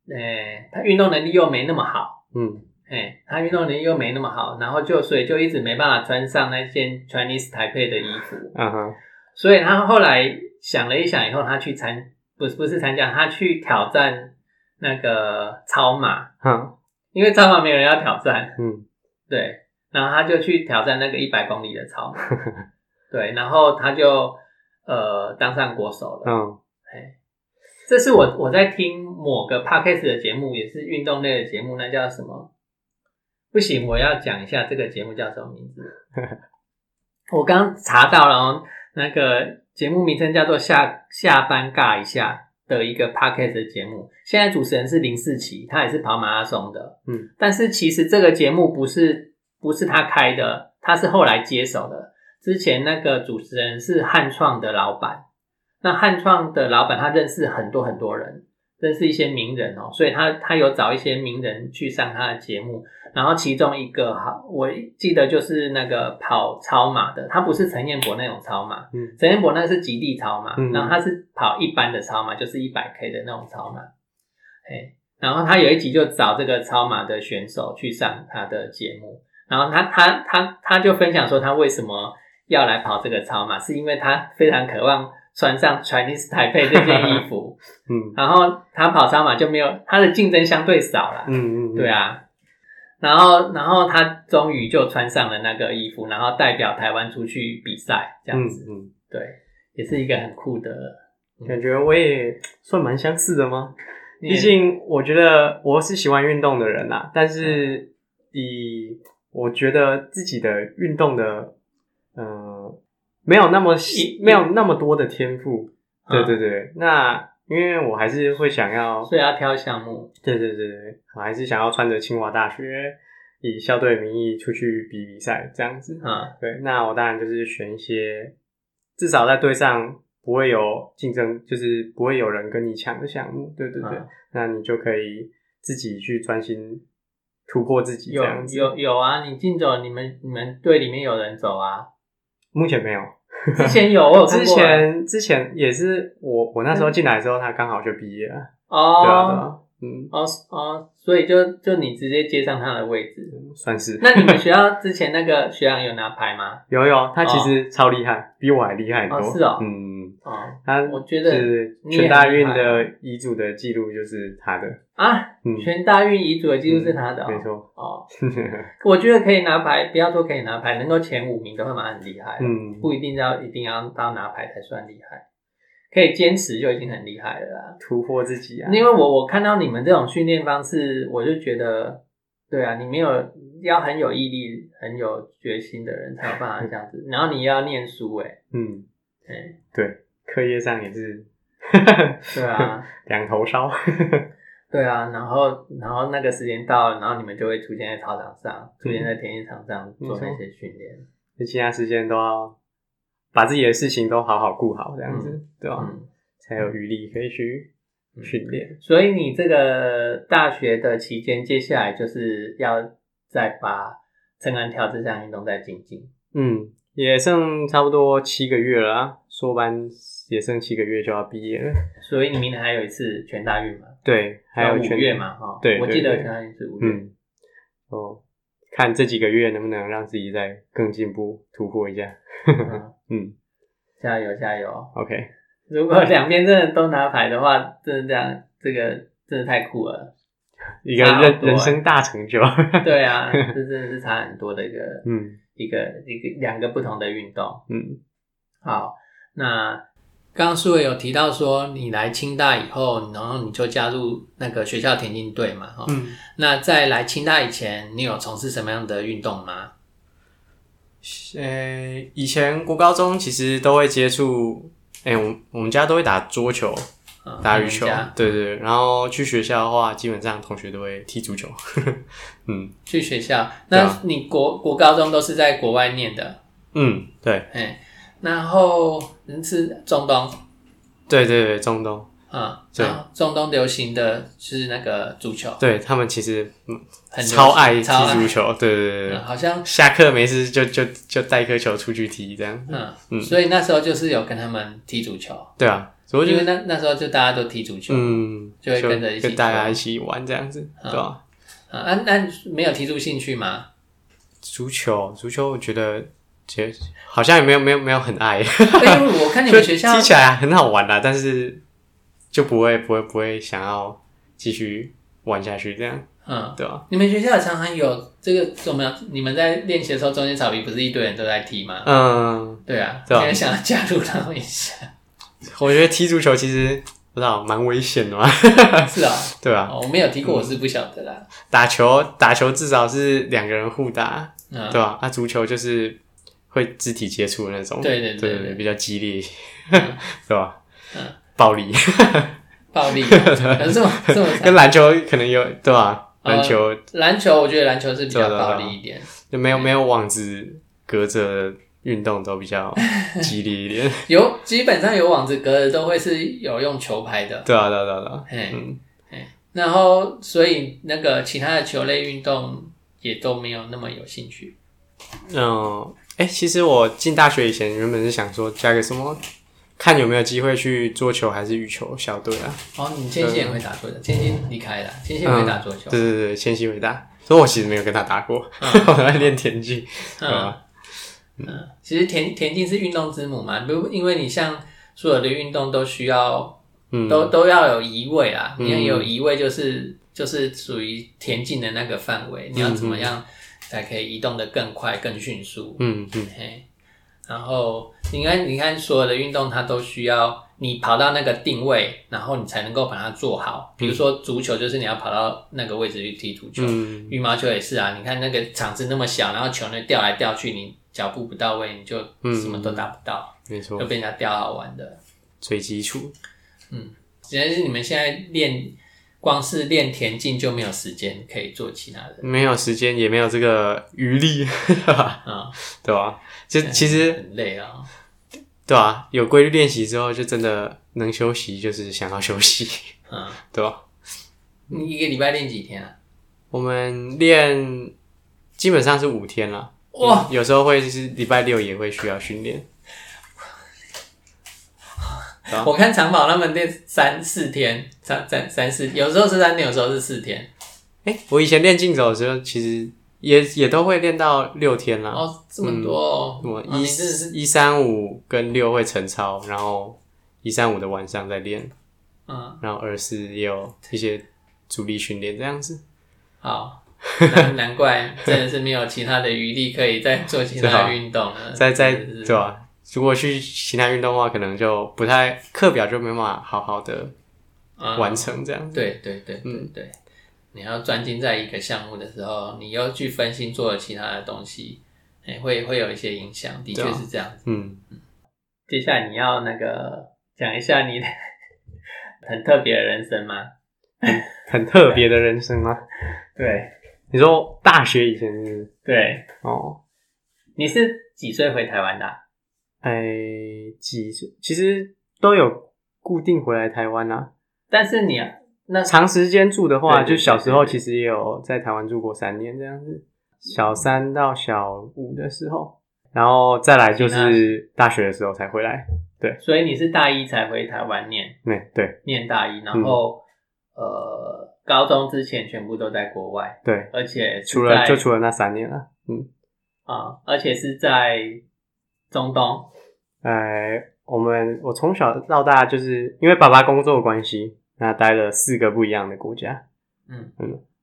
S2: 诶、他运动能力又没那么好，
S3: 嗯
S2: 诶、他运动能力又没那么好，然后就所以就一直没办法穿上那件 Chinese Taipei 的衣服。
S3: 啊哈
S2: 所以他后来想了一想以后，他去参不是不是参加，他去挑战那个超马，
S3: 哈
S2: 因为超马没有人要挑战，
S3: 嗯
S2: 对，然后他就去挑战那个一百公里的超马， 对，然后他就呃当上国手了。
S3: 嗯
S2: 这是我我在听某个 podcast 的节目，也是运动类的节目，那叫什么？不行，我要讲一下这个节目叫什么名字。我刚查到了哦，那个节目名称叫做下下班尬一下的一个 podcast 的节目。现在主持人是林世奇，他也是跑马拉松的，
S3: 嗯，
S2: 但是其实这个节目不是不是他开的，他是后来接手的。之前那个主持人是汉创的老板，那汉创的老板他认识很多很多人，认识一些名人哦，所以他他有找一些名人去上他的节目，然后其中一个好，我记得就是那个跑超马的，他不是陈彦博那种超马，
S3: 嗯
S2: 陈彦博那是极地超马，
S3: 嗯
S2: 然后他是跑一般的超马，就是一百 K 的那种超马，哎，然后他有一集就找这个超马的选手去上他的节目，然后他他他他就分享说他为什么要来跑这个超马，是因为他非常渴望穿上 Chinese Taipei 这件衣 服，
S3: 嗯
S2: 然后他跑超马就没有他的竞争相对少啦，
S3: 嗯嗯，
S2: 对啊，然后然后他终于就穿上了那个衣服，然后代表台湾出去比赛，这
S3: 这
S2: 样子，
S3: 嗯，
S2: 对，也是一个很酷的。
S3: 嗯感觉我也算蛮相似的吗？
S2: 你
S3: 毕竟我觉得我是喜欢运动的人啦，但
S2: 嗯
S3: 是以我觉得自己的运动的，呃，没有那么细
S2: 一
S3: 没有那么多的天赋。对
S2: 嗯
S3: 对对，那因为我还是会想要，
S2: 所以要挑项目，
S3: 对对对对，我还是想要穿着清华大学以校队名义出去比比赛这样子。
S2: 嗯
S3: 对，那我当然就是选一些至少在队上不会有竞争，就是不会有人跟你抢的项目。对对对，
S2: 嗯
S3: 那你就可以自己去专心突破自己这
S2: 有
S3: 样子。
S2: 有有啊，你竞走，你们你们队里面有人 走啊，
S3: 目前没有，
S2: 之前有我有看
S3: 之
S2: 过
S3: 前之前也是我我那时候进来的时候，他刚好就毕业了。对啊对
S2: 嗯哦
S3: 啊，嗯，
S2: 哦哦，所以就就你直接接上他的位置。
S3: 算是。
S2: 那你们学校之前那个学长有拿牌吗？
S3: 有有，他其实超厉害，比我还厉害很多。
S2: 哦是哦
S3: 嗯，
S2: 哦
S3: 他
S2: 我觉得
S3: 是
S2: 你也
S3: 全大
S2: 很厉
S3: 运
S2: 害
S3: 的遗嘱的记录就是他的。
S2: 啊，
S3: 嗯，
S2: 全大运遗嘱的记录是他的、哦
S3: 没错。
S2: 哦，我觉得可以拿牌，不要说可以拿牌，能够前五名都会蛮很厉害了，
S3: 嗯
S2: 不一定要一定要到拿牌才算厉害，可以坚持就已经很厉害了啦。
S3: 突破自己啊。
S2: 因为我我看到你们这种训练方式，我就觉得，对啊，你没有要很有毅力、很有决心的人才有办法这样子。然后你要念书、欸，哎，
S3: 嗯，
S2: 对，
S3: 对，课业上也是
S2: 对啊，
S3: 两头烧。
S2: 对啊。然后，然后那个时间到了，然后你们就会出现在操场上，出现在田径场上
S3: 嗯没
S2: 做那
S3: 错
S2: 些训练。
S3: 就其他时间都要把自己的事情都好好顾好，这样子，对吧、
S2: 嗯，
S3: 才有余力可以去
S2: 嗯
S3: 训练。
S2: 所以你这个大学的期间，接下来就是要再把撑杆跳这项运动再精进。
S3: 嗯，也剩差不多七个月了啊，硕班也剩七个月就要毕业了。
S2: 所以你明年还有一次全大运嘛？呃
S3: 对，还有
S2: 五
S3: 全
S2: 月，嘛，哈，
S3: 对
S2: 我记得
S3: 对对
S2: 全大运是五月。
S3: 嗯，哦，看这几个月能不能让自己再更进步，突破一下。
S2: 嗯
S3: 嗯
S2: 加油加油！
S3: ，OK，
S2: 如
S3: 嗯
S2: 果两边真的都拿牌的话，真的这样，这个真的太酷了。
S3: 一个
S2: 差好
S3: 人
S2: 多
S3: 人
S2: 欸
S3: 生大成就。
S2: 对啊，这真的是差很多的一个，
S3: 嗯
S2: 一个一个两个不同的运动。
S3: 嗯
S2: 好，那刚刚苏伟有提到说，你来清大以后，然后你就加入那个学校田径队嘛，哦，
S3: 嗯，
S2: 那在来清大以前，你有从事什么样的运动吗？
S3: 呃，以前国高中其实都会接触，哎、我们我们家都会打桌球、
S2: 啊
S3: 打羽球
S2: 你们家，
S3: 对对对。然后去学校的话，基本上同学都会踢足球。 嗯
S2: 去学校，
S3: 对
S2: 那
S3: 啊
S2: 你国国高中都是在国外念的，
S3: 嗯，对
S2: 哎，然后嗯是中东，
S3: 对对对，中东，
S2: 啊，
S3: 对
S2: 然后中东流行的是那个足球，
S3: 对他们其实嗯
S2: 很流行
S3: 超爱踢
S2: 超爱
S3: 足球，对对对对
S2: 嗯好像
S3: 下课没事就就就带一颗球出去踢，这样。
S2: 嗯，
S3: 嗯
S2: 所以那时候就是有跟他们踢足球，
S3: 对啊，所以
S2: 因
S3: 我
S2: 为
S3: 觉得
S2: 那那时候就大家都踢足球，
S3: 嗯，
S2: 就会跟着一起
S3: 跟大家
S2: 踢
S3: 一起玩这样子，
S2: 嗯
S3: 对吧、
S2: 啊，啊那没有踢出兴 趣吗？
S3: 足球，足球，我觉得其实好像也没有没有没有很爱。
S2: 因为我看你们学校
S3: 踢起来很好玩啦，但是就不会不会不会想要继续玩下去，这样
S2: 嗯，
S3: 对吧、
S2: 你们学校常常有这个怎么样？你们在练习的时候，中间草皮不是一堆人都在踢吗？
S3: 嗯，
S2: 对啊，
S3: 对啊
S2: 你也想要加入他们一 下？
S3: 我觉得踢足球其实不知道蛮危险的嘛，
S2: 是啊，
S3: 对吧、
S2: 哦我没有踢过，我是不晓得啦。
S3: 打球打球至少是两个人互打，
S2: 嗯
S3: 对，吧、那、足球就是会肢体接触的那种，
S2: 对对
S3: 对
S2: 对对
S3: 比较激烈一些，
S2: 嗯
S3: 对吧、
S2: 嗯
S3: 暴力
S2: 暴力，可是这么这么惨
S3: 跟篮球可能有对吧、
S2: 呃
S3: 篮球
S2: 篮球，我觉得篮球是比较
S3: 对啊对
S2: 暴
S3: 啊
S2: 力一点。
S3: 就没有没有网子隔着运动都比较激烈一点，
S2: 有基本上有网子隔的都会是有用球拍的，
S3: 对啊对啊对啊对啊，
S2: 嘿，
S3: 嗯。
S2: 然后所以那个其他的球类运动也都没有那么有兴趣。
S3: 嗯，哎、其实我进大学以前原本是想说加个什么，看有没有机会去桌球还是羽球校队啊。
S2: 哦，你千玺也会打桌球，千玺离开了，千玺也会打桌球
S3: 对，对对，千玺伟大。所以我其实没有跟他打过，
S2: 嗯
S3: 我在练田径。
S2: 嗯
S3: 啊
S2: 嗯，其实田田径是运动之母嘛，不因为你像所有的运动都需要
S3: 嗯，
S2: 都都要有移位啦，你要
S3: 嗯
S2: 有移位就是就是属于田径的那个范围，你要怎么样才可以移动的更快更迅速？
S3: 嗯嗯
S2: 嘿，然后你看，你看所有的运动，它都需要你跑到那个定位，然后你才能够把它做好。比如说足球，就是你要跑到那个位置去踢足球；
S3: 嗯
S2: 羽毛球也是啊，你看那个场子那么小，然后球呢掉来掉去，你脚步不到位，你就
S3: 嗯
S2: 什么都打不到，
S3: 没错
S2: 就，被人家掉好玩的。
S3: 最基础。
S2: 只是你们现在练，光是练田径就没有时间可以做其他的
S3: 没有时间，也没有这个余力，
S2: 啊，
S3: 嗯 对吧、就其实
S2: 很累啊、
S3: 对吧、有规律练习之后，就真的能休息，就是想要休息，
S2: 嗯，
S3: 对吧、
S2: 你一个礼拜练几天啊？
S3: 我们练基本上是五天了。
S2: 哇，
S3: 有时候会是礼拜六也会需要训练。啊
S2: 我看长跑他们练三四天，三三三四，有时候是三天，有时候是四天。
S3: 哎、我以前练竞走的时候，其实也也都会练到六天啦。
S2: 哦，这么多、哦，
S3: 我
S2: 哦
S3: 一
S2: 你真的是，
S3: 一三五跟六会晨操，然后一三五的晚上再练，
S2: 嗯，
S3: 然后二四也有一些主力训练这样子。
S2: 好，难 难怪真的是没有其他的余力可以再做其
S3: 对
S2: 他
S3: 啊
S2: 运动了，
S3: 再再
S2: 真的是
S3: 对吧、如果去其他运动的话，可能就不太课表就没办法好好的
S2: 嗯
S3: 完成这样子。
S2: 对对对对
S3: 嗯
S2: 对。你要专精在一个项目的时候，你又去分心做了其他的东西，哎、会会有一些影响，的确
S3: 对啊
S2: 是这样子。
S3: 嗯，
S2: 接下来你要那个讲一下你的 很特别的人生吗？
S3: 很特别的人生吗？
S2: 对
S3: 你说大学以前是不是
S2: 对，
S3: 哦，
S2: 你是几岁回台湾的啊、
S3: 哎，几岁其实都有固定回来台湾啦、
S2: 但是你那
S3: 啊。长时间住的话，
S2: 对对
S3: 就小时候
S2: 对对对
S3: 其实也有在台湾住过三年这样子，小三到小五的时候，然后再来就是大学的时候才回来。
S2: 所以你是大一才回台湾念
S3: 对对
S2: 念大一，然后、
S3: 嗯
S2: 呃高中之前全部都在国外，
S3: 对，
S2: 而且是
S3: 除了
S2: 在
S3: 就除了那三年了，嗯，
S2: 啊、而且是在中东，
S3: 呃，我们我从小到大就是因为爸爸工作的关系，那待了四个不一样的国家。
S2: 嗯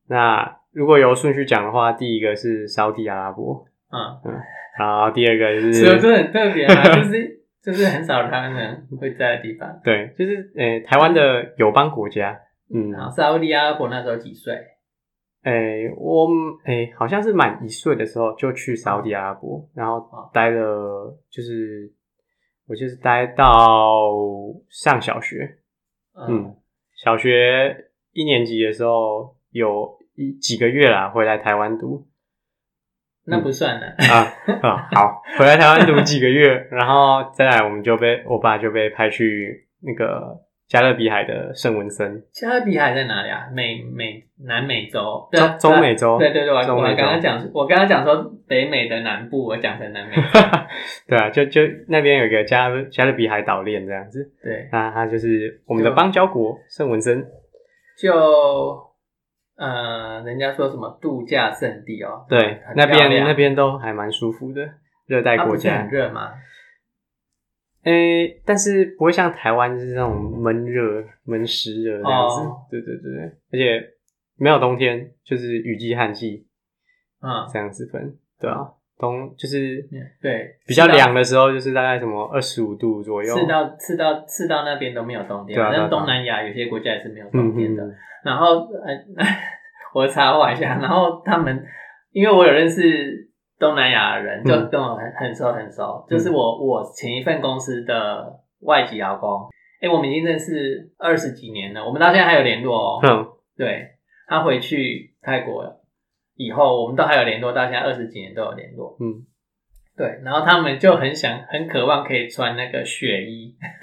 S3: 那如果由顺序讲的话，第一个是沙地阿拉伯，
S2: 嗯，
S3: 然后第二个是，
S2: 所以这很特 别啊，就是就是很少台湾人会在的地方。
S3: 对，就是呃台湾的友邦国家，嗯，
S2: 然后沙特阿拉伯那时候几岁？
S3: 诶，我诶，好像是满一岁的时候就去沙地阿拉伯，然
S2: 哦
S3: 后待了，就是我就是待到上小学，
S2: 呃
S3: 嗯，小学一年级的时候有一几个月啦，回来台湾读
S2: 那不算了。
S3: 啊 啊，好，回来台湾读几个月，然后再来我们就被我爸就被派去那个加勒比海的圣文森，
S2: 加勒比海在哪里啊？美美南美洲，对啊
S3: 中中美洲，
S2: 对对对，我
S3: 中
S2: 我
S3: 美
S2: 刚
S3: 洲
S2: 刚讲，我刚刚讲说北美的南部，我讲成 南美洲。
S3: 对啊，就就那边有一个加勒加勒比海岛链这样子，
S2: 对，
S3: 那它就是我们的邦交国圣文森，
S2: 就呃，人家说什么度假胜地哦，
S3: 对
S2: 很，
S3: 那
S2: 漂
S3: 边
S2: 亮
S3: 那边都还蛮舒服的，热带
S2: 它
S3: 国
S2: 不是
S3: 家
S2: 很，热吗？
S3: 诶、但是不会像台湾就是那种闷热、闷湿热这样子。
S2: 哦
S3: 对对对，对而且没有冬天，就是雨季、旱季
S2: 嗯，
S3: 这样子分。对
S2: 哦
S3: 啊，冬就是
S2: 对，
S3: 比较凉的时候，就是大概什么二十五度左右。
S2: 赤道赤道赤道那边都没有冬天
S3: 对啊
S2: 嘛，
S3: 对啊
S2: 但
S3: 对啊
S2: 东南亚有些国家也是没有
S3: 嗯
S2: 冬天
S3: 嗯
S2: 的。
S3: 嗯，
S2: 然后呃， 我查我一下，然后他们因为我有认识东南亚的人，就
S3: 嗯
S2: 跟我很很熟很熟，就是我我前一份公司的外籍劳工，哎，我们已经认识二十几年了，我们到现在还有联络哦。
S3: 哼
S2: 对，他回去泰国了以后，我们都还有联络，到现在二十几年都有联络。
S3: 嗯，
S2: 对，然后他们就很想很渴望可以穿那个雪衣，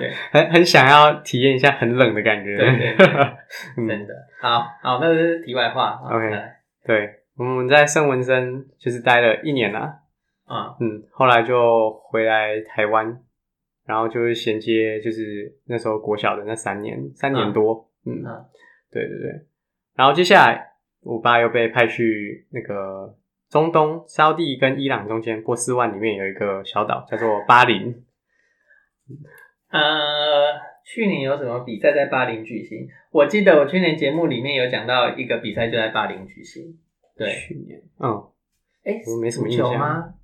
S2: 对，
S3: 很很想要体验一下很冷的感觉。
S2: 对对对真
S3: 嗯，
S2: 的。好好，那是题外话。好
S3: OK
S2: 再来
S3: 对，我们在圣文森就是待了一年啦、
S2: 嗯。
S3: 嗯，后来就回来台湾，然后就是衔接就是那时候国小的那三年，三年多，嗯，
S2: 嗯
S3: 对对对，然后接下来我爸又被派去那个中东沙地跟伊朗中间波斯湾里面有一个小岛叫做巴林，
S2: 呃，去年有什么比赛在巴林举行？我记得我去年节目里面有讲到一个比赛就在巴林举行。对，
S3: 去年，嗯，
S2: 哎，
S3: 我没什么
S2: 足
S3: 印
S2: 球
S3: 象
S2: 吗？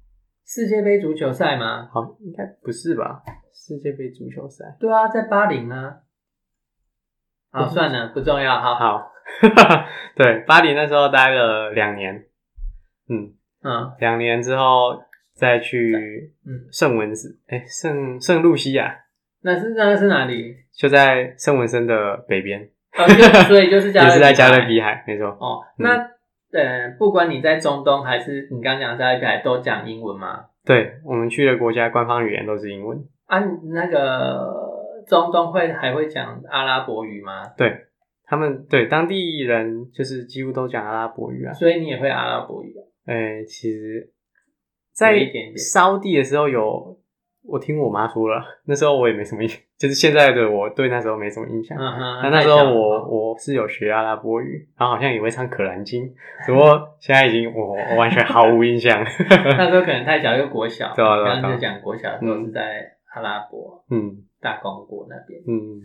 S2: 世界杯足球赛吗？
S3: 好，应该不是吧？世界杯足球赛，
S2: 对啊，在巴林啊。好，
S3: 嗯
S2: 算了，不重要。好，，
S3: 好，对，巴林那时候待了两年，嗯，
S2: 嗯
S3: 两年之后再去
S2: 嗯，
S3: 圣文斯，哎，圣圣露西亚
S2: 那是那是哪里？
S3: 就在圣文森的北边，
S2: 哦，就所以就是加勒
S3: 也
S2: 比
S3: 是在加
S2: 海
S3: 勒比嗯海，没错。
S2: 哦，那、呃，不管你在中东还是你刚讲的加勒比海，都讲英文吗？
S3: 对我们去的国家官方语言都是英文，
S2: 啊，你那个中东会还会讲阿拉伯语吗？
S3: 他们对当地人就是几乎都讲阿拉伯语啊。
S2: 所以你也会阿拉伯语啊？
S3: 哎，其实，在
S2: 有一点点
S3: 沙地的时候有，我听我妈说了，那时候我也没什么印，就是现在的我对那时候没什么印象。
S2: 嗯哼，
S3: 那那
S2: 太
S3: 时候
S2: 小了
S3: 我
S2: 哦
S3: 我是有学阿拉伯语，然后好像也会唱《可兰经》，只不过现在已经我我完全毫无印象。
S2: 那时候可能太小，又国小，
S3: 对啊对啊
S2: 刚刚就讲国小的时候是在阿拉伯
S3: 嗯
S2: 大公国那边，
S3: 嗯，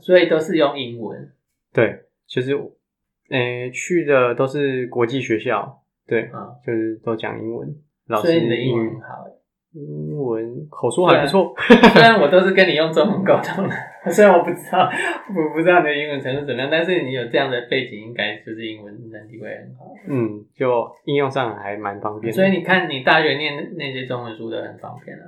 S2: 所以都是用英文。
S3: 对，就是诶、去的都是国际学校，对，
S2: 嗯，
S3: 就是都讲英文，老
S2: 所
S3: 师
S2: 以你的
S3: 英
S2: 英 文
S3: 语
S2: 很好欸。
S3: 英文们口说还不错。
S2: 虽然我都是跟你用中文沟通的， 虽然我不知道我不知道你的英文程度怎么样，但是你有这样的背景，应该就是英文能力会很好。
S3: 嗯，就应用上还蛮方便的。
S2: 所以你看，你大学念那些中文书都很方便啊。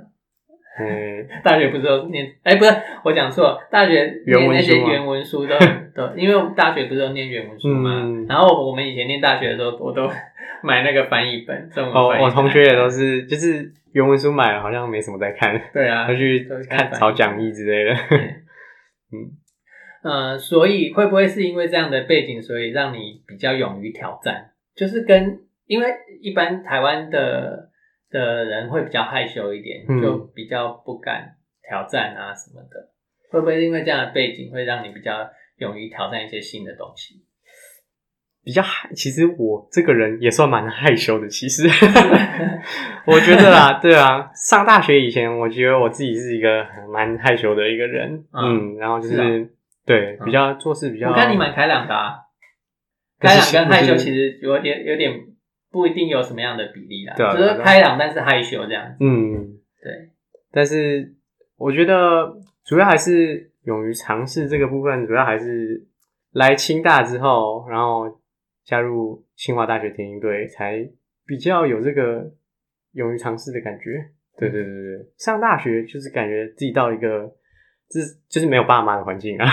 S3: 嗯，
S2: 大学不是都念？哎、不是，我讲错。大学念那些原文书都都，因为我们大学不是都念原文书嘛。
S3: 嗯
S2: 然后我们以前念大学的时候，我都 买那个翻译本，中文
S3: 哦，
S2: 翻译本
S3: 我同学也都是，就是原文书买了，好像没什么在看，
S2: 对啊
S3: 要，去
S2: 都是看
S3: 看
S2: 翻译
S3: 找讲义之类的。
S2: 对
S3: 嗯，
S2: 呃，所以会不会是因为这样的背景，所以让你比较勇于挑战？就是跟因为一般台湾的的人会比较害羞一点，
S3: 嗯
S2: 就比较不敢挑战啊什么的。会不会因为这样的背景，会让你比较勇于挑战一些新的东 西？
S3: 比较害，其实我这个人也算蛮害羞的。其实， 我觉得啦，对啊，上大学以前，我觉得我自己是一个蛮害羞的一个人。
S2: 啊
S3: 嗯，然后就是
S2: 啊
S3: 是对
S2: 啊
S3: 比较做事比较，
S2: 我看你蛮开朗的啊，
S3: 可
S2: 开
S3: 是
S2: 朗跟害羞
S3: 可是
S2: 其实有点有点不一定有什么样的比例啦，
S3: 对啊
S2: 只
S3: 对啊
S2: 是
S3: 对啊
S2: 开朗但是害羞这样子。
S3: 嗯，
S2: 对，
S3: 但是我觉得主要还是勇于尝试这个部分，主要还是来清大之后，然后加入清华大学田径队，才比较有这个勇于尝试的感觉。对对对对，上大学就是感觉自己到一个自就是没有爸妈的环境啊，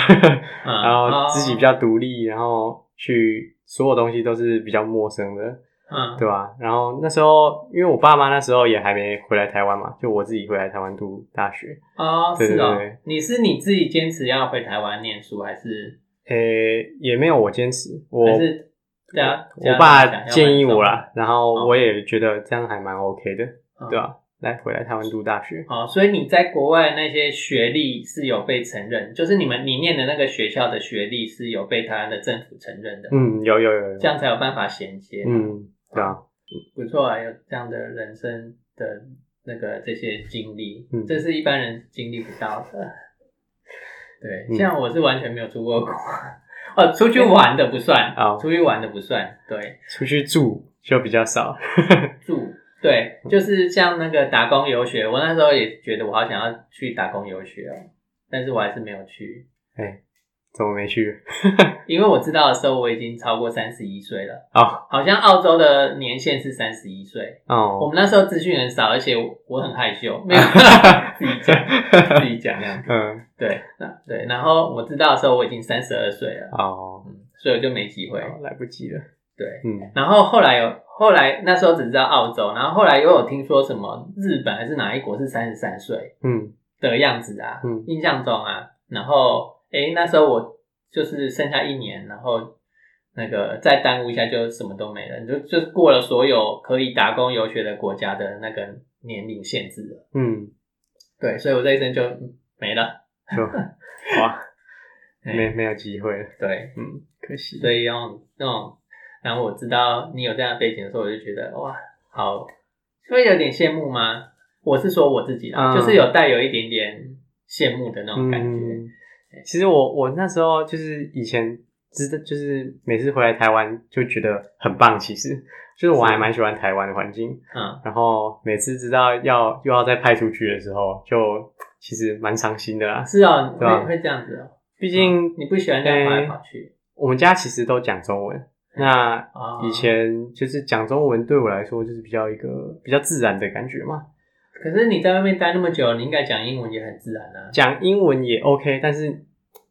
S2: 嗯，
S3: 然后自己比
S2: 较
S3: 较独立，然后去所有东西都是比较陌生的。
S2: 嗯
S3: 对吧、然后那时候，因为我爸妈那时候也还没回来台湾嘛，就我自己回来台湾读大学。
S2: 哦，
S3: 对
S2: 是哦
S3: 对对，
S2: 你是你自己坚持要回台湾念书，还是
S3: 诶、也没有我坚持，我
S2: 还是对啊？
S3: 我爸建议我啦，然后
S2: 哦
S3: 我也觉得这样还蛮 OK 的，对啊吧、
S2: 吧？
S3: 来回来台湾读大学，
S2: 嗯哦，所以你在国外那些学历是有被承认，就是你们你念的那个学校的学历是有被台湾的政府承认的，，
S3: 嗯，有有有有，
S2: 这样才有办法衔接，，
S3: 嗯，对啊，
S2: 不错啊，有这样的人生的那个这些经历，
S3: 嗯
S2: 这是一般人经历不到 的。对，
S3: 嗯
S2: 像我是完全没有出过国， 哦，出去玩的不算，
S3: 哦
S2: 出去玩的不算，对，
S3: 出去住就比较少，
S2: 住，对，就是像那个打工游学，我那时候也觉得我好想要去打工游学哦，但是我还是没有去，
S3: 哎、怎么没去？
S2: 因为我知道的时候我已经超过三十一岁了，
S3: 哦
S2: 好像澳洲的年限是三十一岁，我
S3: 哦，
S2: 们那时候资讯很少，而且我我很害羞，没有自己讲自己讲这样。
S3: 嗯，
S2: 对，那对，然后我知道的时候我已经三十二岁了，
S3: 哦，
S2: 嗯，所以我就没机会。
S3: 来不及了，
S2: 对，
S3: 嗯，
S2: 然后后来有后来那时候只知道澳洲，然后后来又有听说什么日本还是哪一国是三十三岁
S3: 嗯，
S2: 的样子啊，
S3: 嗯
S2: 印象中啊，然后诶那时候我就是剩下一年，然后。那个再耽误一下就什么都没了，你就就过了所有可以打工游学的国家的那个年龄限制了。
S3: 嗯，
S2: 对，所以我这一生就没了。
S3: 就哇，没
S2: 嗯
S3: 没有机会了，
S2: 对，
S3: 嗯，可惜，
S2: 所以用那种，然后我知道你有这样的背景的时候，我就觉得哇，好，会有点羡慕吗？我是说我自己啦，
S3: 嗯
S2: 就是有带有一点点羡慕的那种感觉。
S3: 嗯，其实我我那时候就是以前知道，就是每次回来台湾就觉得很棒。其实就是我还蛮喜欢台湾的环境，
S2: 嗯
S3: 然后每次知道要又要再派出去的时候，就其实蛮伤心的啦。
S2: 是哦，
S3: 对啊
S2: 会会这样子哦。
S3: 毕竟
S2: 你不喜欢这样跑
S3: 嗯
S2: 来
S3: 诶
S2: 跑去
S3: 我们家其实都讲中文，那
S2: 啊？
S3: 以，前就是讲中文对我来说就是比较一个比较自然的感觉嘛。
S2: 可是你在外面待那么久，你应该讲英文也很自然啊。
S3: 讲英文也 OK，但是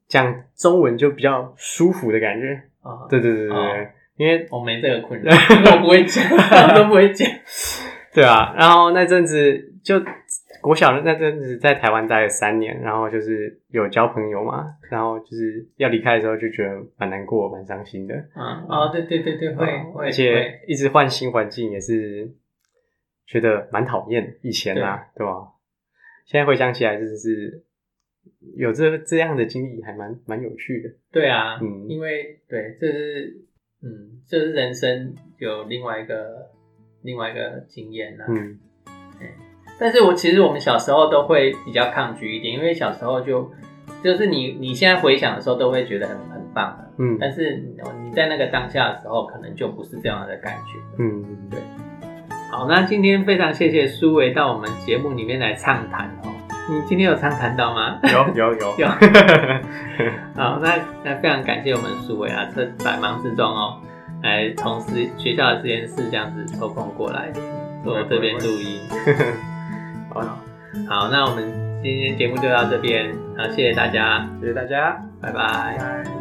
S3: 讲中文就比较舒服的感觉。
S2: 啊，
S3: 对对对对对，
S2: 哦
S3: 因 为
S2: 我没这个 困扰，因为我不会讲，啊我都不会讲。
S3: 对啊，然后那阵子就国小的那阵子在台湾待了三年，然后就是有交朋友嘛，然后就是要离开的时候就觉得蛮难过、蛮伤心的。
S2: 嗯，哦，对对对对，会
S3: 啊
S2: 会，
S3: 而
S2: 会
S3: 且一直换新环境也是觉得蛮讨厌。以前啊，对吧、现在回想起来，真的是有这这样的经历，还蛮蛮有趣的。
S2: 对啊，
S3: 嗯
S2: 因为对，这是嗯，这是人生有另外一个另外一个经验啦、
S3: 嗯
S2: 但是我其实我们小时候都会比较抗拒一点，因为小时候就就是你你现在回想的时候都会觉得很很棒的，
S3: 嗯
S2: 但是你你在那个当下的时候，可能就不是这样的感觉。
S3: 嗯，对，
S2: 好，好，那今天非常谢谢苏维到我们节目里面来畅谈哦。你今天有畅谈到吗？
S3: 有 有有
S2: 有好，那那非常感谢我们苏维啊，这百忙之中哦，来从实学校的实验室这样子抽空过来嗯做这边录音。
S3: 好，
S2: 好，那我们今天节目就到这边，好，谢谢大家，
S3: 谢谢大家，
S2: 拜拜
S3: 拜。